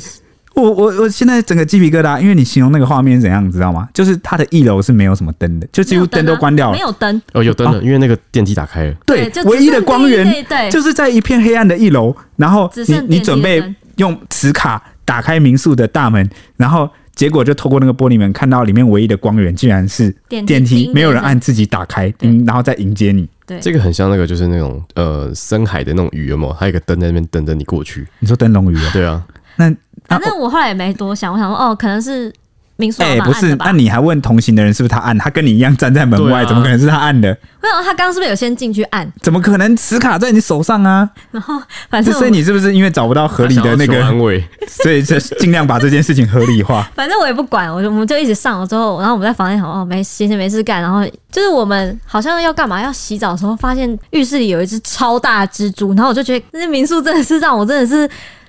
Speaker 1: 我我我现在整个鸡皮疙瘩，因为你形容那个画面是怎样，你知道吗？就是它的一楼是没有什么灯的，就几
Speaker 2: 没有
Speaker 1: 乎灯
Speaker 2: 啊
Speaker 1: 都关掉了
Speaker 2: 没。有灯，
Speaker 3: 哦，有灯了，因为那个电梯打开了。
Speaker 1: 对
Speaker 2: 就，只
Speaker 1: 唯一的
Speaker 2: 剩
Speaker 1: 光
Speaker 2: 第一
Speaker 1: 源
Speaker 2: 类对，
Speaker 1: 就是在一片黑暗的一楼，然后
Speaker 2: 只
Speaker 1: 你
Speaker 2: 剩
Speaker 1: 你
Speaker 2: 电梯
Speaker 1: 准
Speaker 2: 的
Speaker 1: 备
Speaker 2: 灯
Speaker 1: 用磁卡打开民宿的大门，然后结果就透过那个玻璃门看到里面唯一的光源竟然是
Speaker 2: 电梯
Speaker 1: 电梯，
Speaker 2: 叮
Speaker 1: 没有人
Speaker 2: 的一声
Speaker 1: 按自己打开，叮，然后再迎接你。
Speaker 2: 对，
Speaker 3: 这个很像那个，就是那种呃深海的那种鱼，有没有？它有一个灯在那边等着你过去。
Speaker 1: 你说灯笼鱼哦？
Speaker 3: 对啊，
Speaker 1: 那啊
Speaker 2: 反正我后来也没多想，我想说哦，可能是民宿老
Speaker 1: 哎、
Speaker 2: 板
Speaker 1: 不
Speaker 2: 按
Speaker 1: 是，
Speaker 2: 的
Speaker 1: 那
Speaker 2: 吧。
Speaker 1: 你还问同行的人是不是他按？他跟你一样站在门外，
Speaker 3: 对啊
Speaker 1: 怎么可能是他按的？
Speaker 2: 我想说他刚刚是不是有先进去按？
Speaker 1: 怎么可能磁卡在你手上啊？
Speaker 2: 反正
Speaker 1: 所以
Speaker 2: 我
Speaker 1: 你是不是因为找不到合理的那
Speaker 3: 他想要求啊
Speaker 1: 个
Speaker 3: 安，慰，
Speaker 1: 所以就尽量把这件事情合理 化？
Speaker 2: 反正我也不管，我就我们就一起上了之后，然后我们在房间想哦没闲着没事干，然后就是我们好像要干嘛要洗澡的时候，发现浴室里有一只超大的蜘蛛，然后我就觉得那民宿真的是让我真的是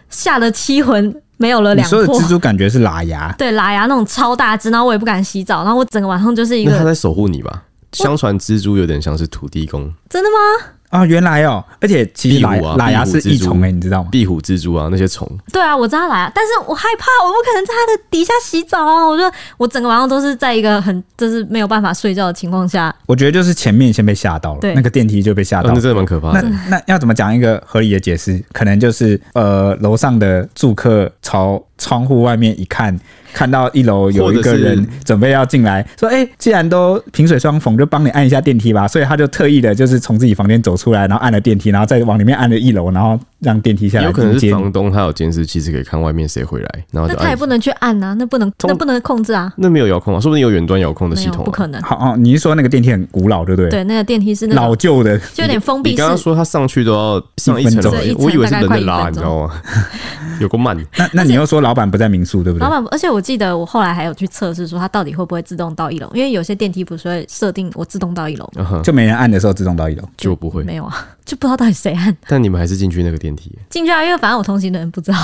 Speaker 2: 吓得七魂没有了
Speaker 1: 你
Speaker 2: 两啊
Speaker 1: 说的
Speaker 2: 魄
Speaker 1: 蜘。蛛感觉是喇牙，
Speaker 2: 对，拉牙那种超大只，然后我也不敢洗澡，然后我整个晚上就是一
Speaker 3: 那它
Speaker 2: 个
Speaker 3: 在守护你吧？相传蜘蛛有点像是土地公、
Speaker 2: 真的吗？
Speaker 1: 啊、原来哦，而且其实
Speaker 3: 壁虎
Speaker 1: 喇
Speaker 3: 啊
Speaker 1: 喇牙
Speaker 3: 壁
Speaker 1: 是
Speaker 3: 虎
Speaker 1: 益
Speaker 3: 蜘蛛
Speaker 1: 虫哎，你知道吗？
Speaker 3: 壁虎、蜘蛛啊那些虫，
Speaker 2: 对啊，我知道拉牙，但是我害怕，我不可能在它的底下洗澡啊！我就我整个晚上都是在一个很就是没有办法睡觉的情况下，
Speaker 1: 我觉得就是前面先被吓到了，
Speaker 2: 对
Speaker 1: 那个电梯就被吓
Speaker 3: 啊
Speaker 1: 到
Speaker 3: 那
Speaker 1: 了。
Speaker 3: 真的蛮可怕
Speaker 1: 那
Speaker 3: 的。
Speaker 1: 那要怎么讲一个合理的解释？可能就是呃，楼上的住客朝窗户外面一看，看到一楼有一个人
Speaker 3: 或者
Speaker 1: 准备要进来，说：“哎、既然都萍水相逢，就帮你按一下电梯吧。”所以他就特意的就是从自己房间走出来，然后按了电梯，然后再往里面按了一楼，然后让电梯下来
Speaker 3: 有可能
Speaker 1: 迎
Speaker 3: 是
Speaker 1: 接
Speaker 3: 房
Speaker 1: 你。
Speaker 3: 东他有监视器，是可以看外面谁回来，
Speaker 1: 哦
Speaker 3: 然后
Speaker 2: 那
Speaker 3: 就
Speaker 2: 他也
Speaker 3: 按。
Speaker 2: 不能去按啊，那不能
Speaker 3: 通
Speaker 2: 那不能控制啊，
Speaker 3: 那没有遥控啊，说不定有远端遥控的
Speaker 2: 没
Speaker 3: 系
Speaker 2: 有
Speaker 3: 统、啊。
Speaker 2: 不可能。
Speaker 1: 好哦，你是说那个电梯很古老，对不对？
Speaker 2: 对，那个电梯是那
Speaker 1: 老
Speaker 2: 种
Speaker 1: 旧的，
Speaker 2: 就有点封
Speaker 3: 你
Speaker 2: 闭式
Speaker 3: 刚，刚说他上去都要上
Speaker 1: 一
Speaker 3: 一
Speaker 1: 分
Speaker 3: 层楼
Speaker 1: 钟
Speaker 2: 对一，层
Speaker 3: 我以为是
Speaker 2: 大概
Speaker 3: 人
Speaker 2: 快
Speaker 3: 在
Speaker 2: 一分
Speaker 3: 拉，你知道吗？ 有 够慢，
Speaker 1: 那那你又说老板不在民宿，对不对
Speaker 2: 老？板，而且我记得我后来还有去测试说它到底会不会自动到一楼，因为有些电梯不是会设定我自动到一楼吗，
Speaker 3: 啊哈
Speaker 1: 就没人按的时候自动到一楼。
Speaker 3: 就不会。
Speaker 2: 没有啊， 就不知道到底谁按
Speaker 3: 但你们还是进去那个电梯，
Speaker 2: 进去啊，因为反正我同行的人不知道，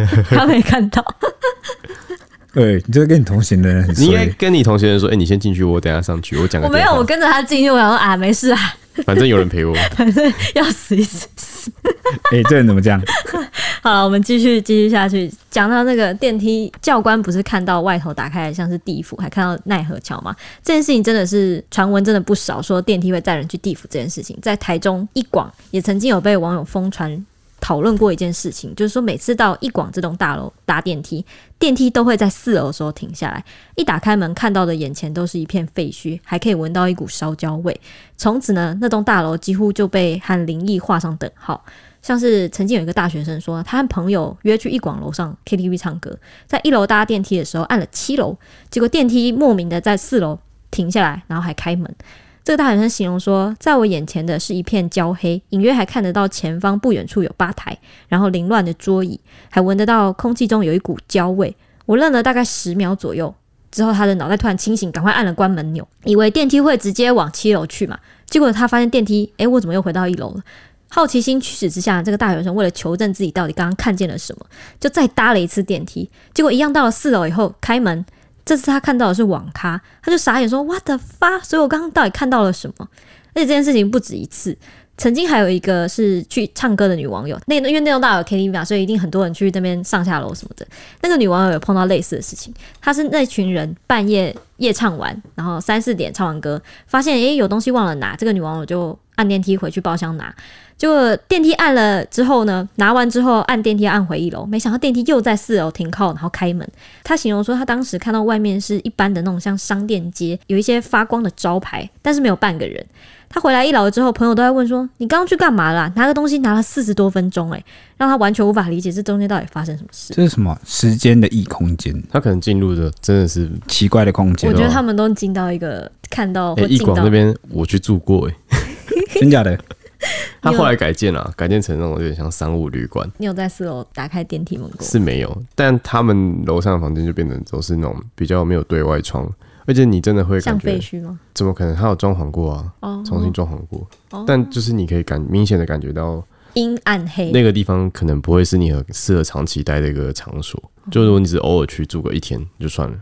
Speaker 2: 他没看到。
Speaker 1: 对，你这个跟你同行的人很
Speaker 3: 你应该
Speaker 1: 衰。
Speaker 3: 跟你同学说：“哎，你先进去，我等一下上去，我讲个
Speaker 2: 我没
Speaker 3: 电
Speaker 2: 有，
Speaker 3: 话
Speaker 2: 我跟着他进去，我想说啊，没事啊，
Speaker 3: 反正有人陪我。
Speaker 2: 反正要死一次。
Speaker 1: 哎、这人怎么这样？
Speaker 2: 好了，我们继续继续下去，讲到那个电梯，教官不是看到外头打开来像是地府，还看到奈何桥吗？这件事情真的是传闻真的不少，说电梯会载人去地府这件事情，在台中一广也曾经有被网友疯传。讨论过一件事情，就是说每次到一广这栋大楼搭电梯，电梯都会在四楼的时候停下来，一打开门看到的眼前都是一片废墟，还可以闻到一股烧焦味。从此呢，那栋大楼几乎就被 和灵异画上等号。像是曾经有一个大学生说，他和朋友约去一广楼上 KTV 唱歌，在一楼搭电梯的时候按了七楼，结果电梯莫名的在四楼停下来，然后还开门。这个大学生形容说，在我眼前的是一片焦黑，隐约还看得到前方不远处有吧台，然后凌乱的桌椅，还闻得到空气中有一股焦味。我愣了大概十秒左右，之后他的脑袋突然清醒，赶快按了关门钮，以为电梯会直接往七楼去嘛，结果他发现电梯，诶，我怎么又回到一楼了？好奇心驱使之下，这个大学生为了求证自己到底刚刚看见了什么，就再搭了一次电梯，结果一样到了四楼以后开门，这次他看到的是网咖，他就傻眼说 “What the fuck？” 所以我刚刚到底看到了什么？而且这件事情不止一次，曾经还有一个是去唱歌的女网友，那因为内容大有 KTV 嘛，所以一定很多人去那边上下楼什么的。那个女网友有碰到类似的事情，她是那群人半夜夜唱完，然后三四点唱完歌，发现诶有东西忘了拿，这个女网友就按电梯回去包厢拿。结果电梯按了之后呢，拿完之后按电梯按回一楼，没想到电梯又在四楼停靠，然后开门。他形容说，他当时看到外面是一般的那种像商店街，有一些发光的招牌，但是没有半个人。他回来一楼之后，朋友都在问说：“你刚刚去干嘛啦、拿个东西拿了四十多分钟，诶，让他完全无法理解这中间到底发生什么事。
Speaker 1: 这是什么时间的异空间？
Speaker 3: 他可能进入的真的是，
Speaker 1: 奇怪的空”
Speaker 2: 我
Speaker 1: 间哦
Speaker 2: 觉，得
Speaker 3: 啊
Speaker 2: 他们都进到一个看到
Speaker 3: 哎、
Speaker 2: 或
Speaker 3: 义
Speaker 2: 进
Speaker 3: 广
Speaker 2: 到
Speaker 3: 那边我去住过、欸，
Speaker 1: 真假的？
Speaker 3: 他后来改建了、改建成那种有点像商务旅馆，
Speaker 2: 你有在四楼打开电梯门过？
Speaker 3: 是没有，但他们楼上的房间就变成都是那种比较没有对外窗，而且你真的会
Speaker 2: 像
Speaker 3: 感
Speaker 2: 废
Speaker 3: 觉，
Speaker 2: 墟吗？
Speaker 3: 怎么可能？他有装潢过啊，
Speaker 2: 哦，
Speaker 3: 重新装潢过，
Speaker 2: 哦
Speaker 3: 但就是你可以感明显的感觉到
Speaker 2: 阴暗黑，
Speaker 3: 那个地方可能不会是你很适合长期待的一个场所。
Speaker 2: 哦
Speaker 3: 就如果你只偶尔去住个一天就算了，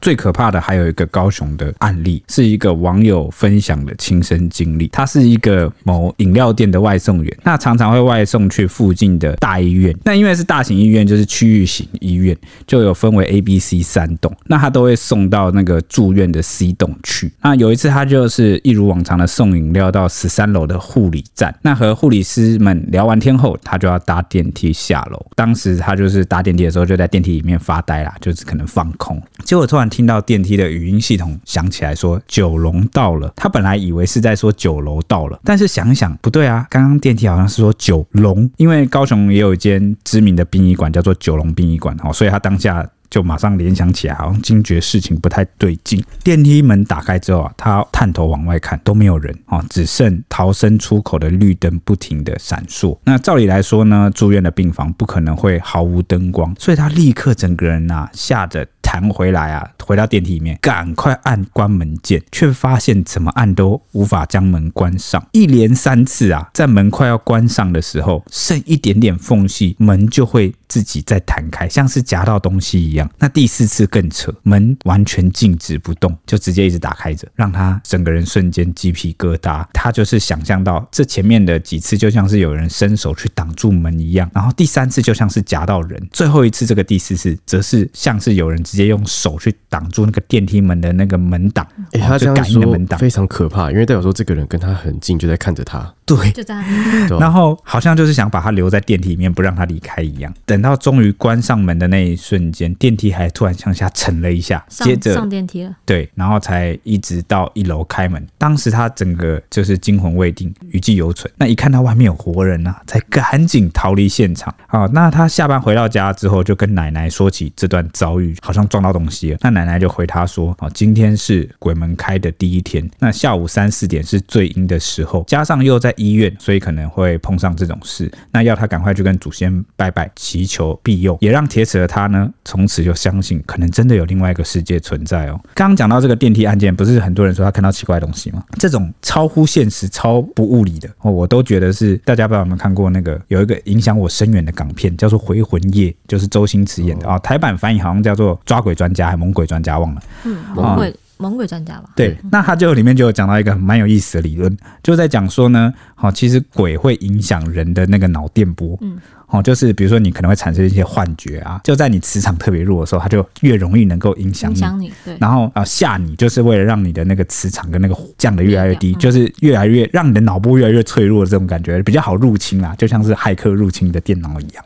Speaker 1: 最可怕的还有一个高雄的案例，是一个网友分享的亲身经历。他是一个某饮料店的外送员，那常常会外送去附近的大医院。那因为是大型医院，就是区域型医院，就有分为 A、B、C 三栋，那他都会送到那个住院的 C 栋去。那有一次他就是一如往常的送饮料到十三楼的护理站，那和护理师们聊完天后，他就要搭电梯下楼。当时他就是搭电梯的时候就在电梯里面发呆啦，就是可能放空。结果突然听到电梯的语音系统响起来说九龙到了，他本来以为是在说九楼到了，但是想一想不对啊，刚刚电梯好像是说九龙，因为高雄也有一间知名的殡仪馆叫做九龙殡仪馆哦，所以他当下就马上联想起来，好像惊觉事情不太对劲。电梯门打开之后啊，他探头往外看，都没有人啊、哦，只剩逃生出口的绿灯不停的闪烁。那照理来说呢，住院的病房不可能会毫无灯光，所以他立刻整个人啊吓得弹回来啊，回到电梯里面，赶快按关门键，却发现怎么按都无法将门关上。一连三次啊，在门快要关上的时候，剩一点点缝隙，门就会自己再弹开，像是夹到东西一样。那第四次更扯，门完全静止不动，就直接一直打开着，让他整个人瞬间鸡皮疙瘩。他就是想象到这前面的几次就像是有人伸手去挡住门一样，然后第三次就像是夹到人，最后一次这个第四次则是像是有人直接用手去挡住那个电梯门的那个门挡，
Speaker 3: 哎、
Speaker 1: 哦
Speaker 3: 他
Speaker 1: 就
Speaker 3: 这样
Speaker 1: 感应的
Speaker 3: 说
Speaker 1: 门挡。
Speaker 3: 非常可怕，因为代表说这个人跟他很近，就在看着他。
Speaker 1: 对，
Speaker 2: 就在 那边
Speaker 3: 对吧
Speaker 1: 然后好像就是想把他留在电梯里面，不让他离开一样。等到终于关上门的那一瞬间，电梯还突然向下沉了一下，接
Speaker 2: 上
Speaker 1: 着
Speaker 2: 上电梯了。
Speaker 1: 对，然后才一直到一楼开门。当时他整个就是惊魂未定，余悸犹存。那一看到外面有活人啊，才赶紧逃离现场啊、那他下班回到家之后，就跟奶奶说起这段遭遇，好像撞到东西了。那奶奶就回他说：“啊、今天是鬼门开的第一天，那下午三四点是最阴的时候，加上又在医院，所以可能会碰上这种事。那要他赶快去跟祖先拜拜，祈求庇佑，也让铁齿的他呢，从此就相信，可能真的有另外一个世界存在哦。刚刚讲到这个电梯案件，不是很多人说他看到奇怪的东西吗？这种超乎现实、超不物理的，哦、我都觉得是大家不知道有没有看过那个有一个影响我深远的港片，叫做《回魂夜》，就是周星驰演的啊、哦台版翻译好像叫做《抓鬼专家》还《猛鬼专家》，忘了。
Speaker 2: 嗯，猛鬼猛鬼专家吧，
Speaker 1: 哦对
Speaker 3: 对，
Speaker 1: 那他就里面就有讲到一个蛮有意思的理论，就在讲说呢，好、其实鬼会影响人的那个脑电波，嗯，好、就是比如说你可能会产生一些幻觉啊，就在你磁场特别弱的时候，它就越容易能够影响
Speaker 2: 影
Speaker 1: 你。
Speaker 2: 响你对。
Speaker 1: 然后啊吓你，就是为了让你的那个磁场跟那个降得越来越低，
Speaker 2: 力量
Speaker 1: 就是越来越让你的脑波越来越脆弱的这种感觉，比较好入侵啊啦，就像是骇客入侵你的电脑一样。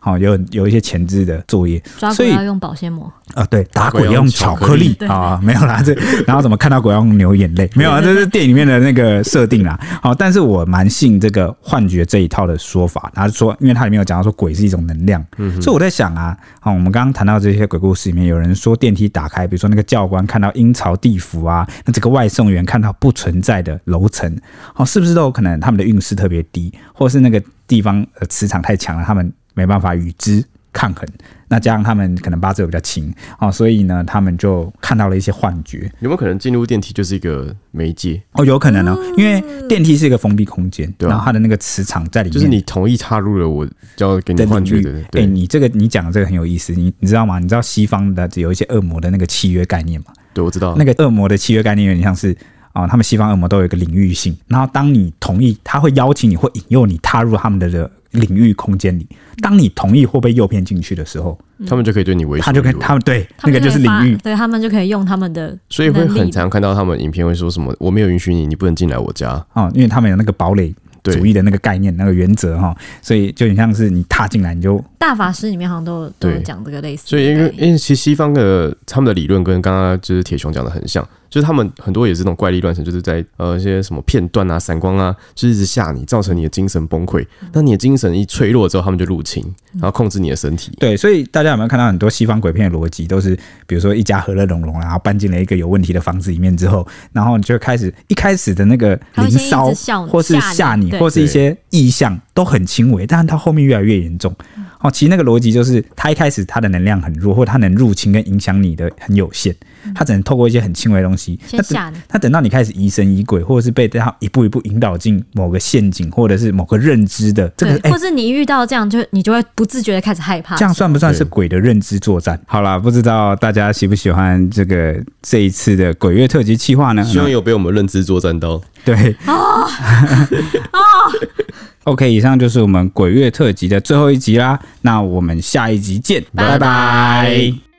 Speaker 1: 好、有有一些前置的作业，
Speaker 2: 嗯抓
Speaker 1: 所
Speaker 2: 鬼
Speaker 1: 以
Speaker 2: 要用保鲜膜，
Speaker 1: 啊，对，打
Speaker 3: 鬼
Speaker 1: 鬼要
Speaker 3: 要
Speaker 1: 用
Speaker 3: 用
Speaker 1: 巧
Speaker 3: 巧
Speaker 1: 克
Speaker 3: 克
Speaker 1: 力
Speaker 3: 力
Speaker 1: 啊，没有啦，这然后怎么看到鬼要用流眼泪？没有啊，这是电影里面的那个设定啦。好，但是我蛮信这个幻觉这一套的说法，他说，因为它里面有讲到说鬼是一种能量，所以我在想啊，好，我们刚刚谈到这些鬼故事里面，有人说电梯打开，比如说那个教官看到阴曹地府啊，那这个外送员看到不存在的楼层，好，是不是都有可能他们的运势特别低，或是那个地方呃磁场太强了，他们没办法与之抗衡？那加上他们可能八字又比较轻哦，所以呢，他们就看到了一些幻觉
Speaker 3: 有没有可能进入电梯就是一个媒介，
Speaker 1: 哦，有可能哦，因为电梯是一个封闭空间，
Speaker 3: 对啊
Speaker 1: 然后它的那个磁场在里面，
Speaker 3: 就是你同意踏入了我就要给你
Speaker 1: 的
Speaker 3: 幻觉
Speaker 1: 领域
Speaker 3: 的，
Speaker 1: 哎、
Speaker 3: 对，
Speaker 1: 你这个你讲的这个很有意思，你你知道吗？你知道西方的有一些恶魔的那个契约概念吗？
Speaker 3: 对我知道。
Speaker 1: 那个恶魔的契约概念有点像是。啊、他们西方恶魔都有一个领域性。然后当你同意，他会邀请你或引诱你踏入他们的的领域空间里。当你同意或被诱骗进去的时候，
Speaker 3: 他们就可以对你为所
Speaker 1: 他就
Speaker 3: 欲
Speaker 1: 跟
Speaker 3: 为
Speaker 1: 他们对
Speaker 2: 他
Speaker 1: 那
Speaker 2: 们
Speaker 1: 个就是领
Speaker 2: 可以
Speaker 1: 域
Speaker 2: 发，对他们就可以用他们的能力，
Speaker 3: 所以会很常看到他们影片会说什么“我没有允许你，你不能进来我家
Speaker 1: 啊、因为他们有那个堡垒
Speaker 3: 对
Speaker 1: 主义的那个概念、那个原则哈、所以就很像是你踏进来你就
Speaker 2: 大法师里面好像都有都有
Speaker 3: 对
Speaker 2: 讲这个类”。似的
Speaker 3: 所以
Speaker 2: 概念，
Speaker 3: 因为因为其实西方的他们的理论跟刚刚就是铁熊讲的很像，就是他们很多也是那种怪力乱神，就是在呃一些什么片段啊、闪光啊，就是一直吓你，造成你的精神崩溃。那你的精神一脆弱之后，他们就入侵，然后控制你的身体。
Speaker 1: 对，所以大家有没有看到很多西方鬼片的逻辑都是，比如说一家和乐融融，然后搬进了一个有问题的房子里面之后，然后你就开始一开始的那个
Speaker 2: 他
Speaker 1: 灵
Speaker 2: 会先一直
Speaker 1: 骚
Speaker 2: 笑，你
Speaker 1: 或是吓
Speaker 2: 吓
Speaker 1: 你，
Speaker 2: 你对
Speaker 1: 或是一些意象都很轻微，但是到后面越来越严重。哦，其实那个逻辑就是，他一开始他的能量很弱，或他能入侵跟影响你的很有限，他只能透过一些很轻微的东西，
Speaker 2: 先吓你。
Speaker 1: 他等嗯到你开始疑神疑鬼，或者是被他一步一步引导进某个陷阱，或者是某个认知的这个，哎、
Speaker 2: 对，或是你一遇到这样，就你就会不自觉的开始害怕。
Speaker 1: 这样算不算是
Speaker 3: 对
Speaker 1: 鬼的认知作战？好啦，不知道大家喜不喜欢这个这一次的鬼月特辑企划呢？
Speaker 3: 希望有被我们认知作战到。
Speaker 1: 对 哦
Speaker 2: 哦
Speaker 1: OK，以上就是我们鬼月特辑的最后一集啦，那我们下一集见，拜
Speaker 2: 拜
Speaker 1: 拜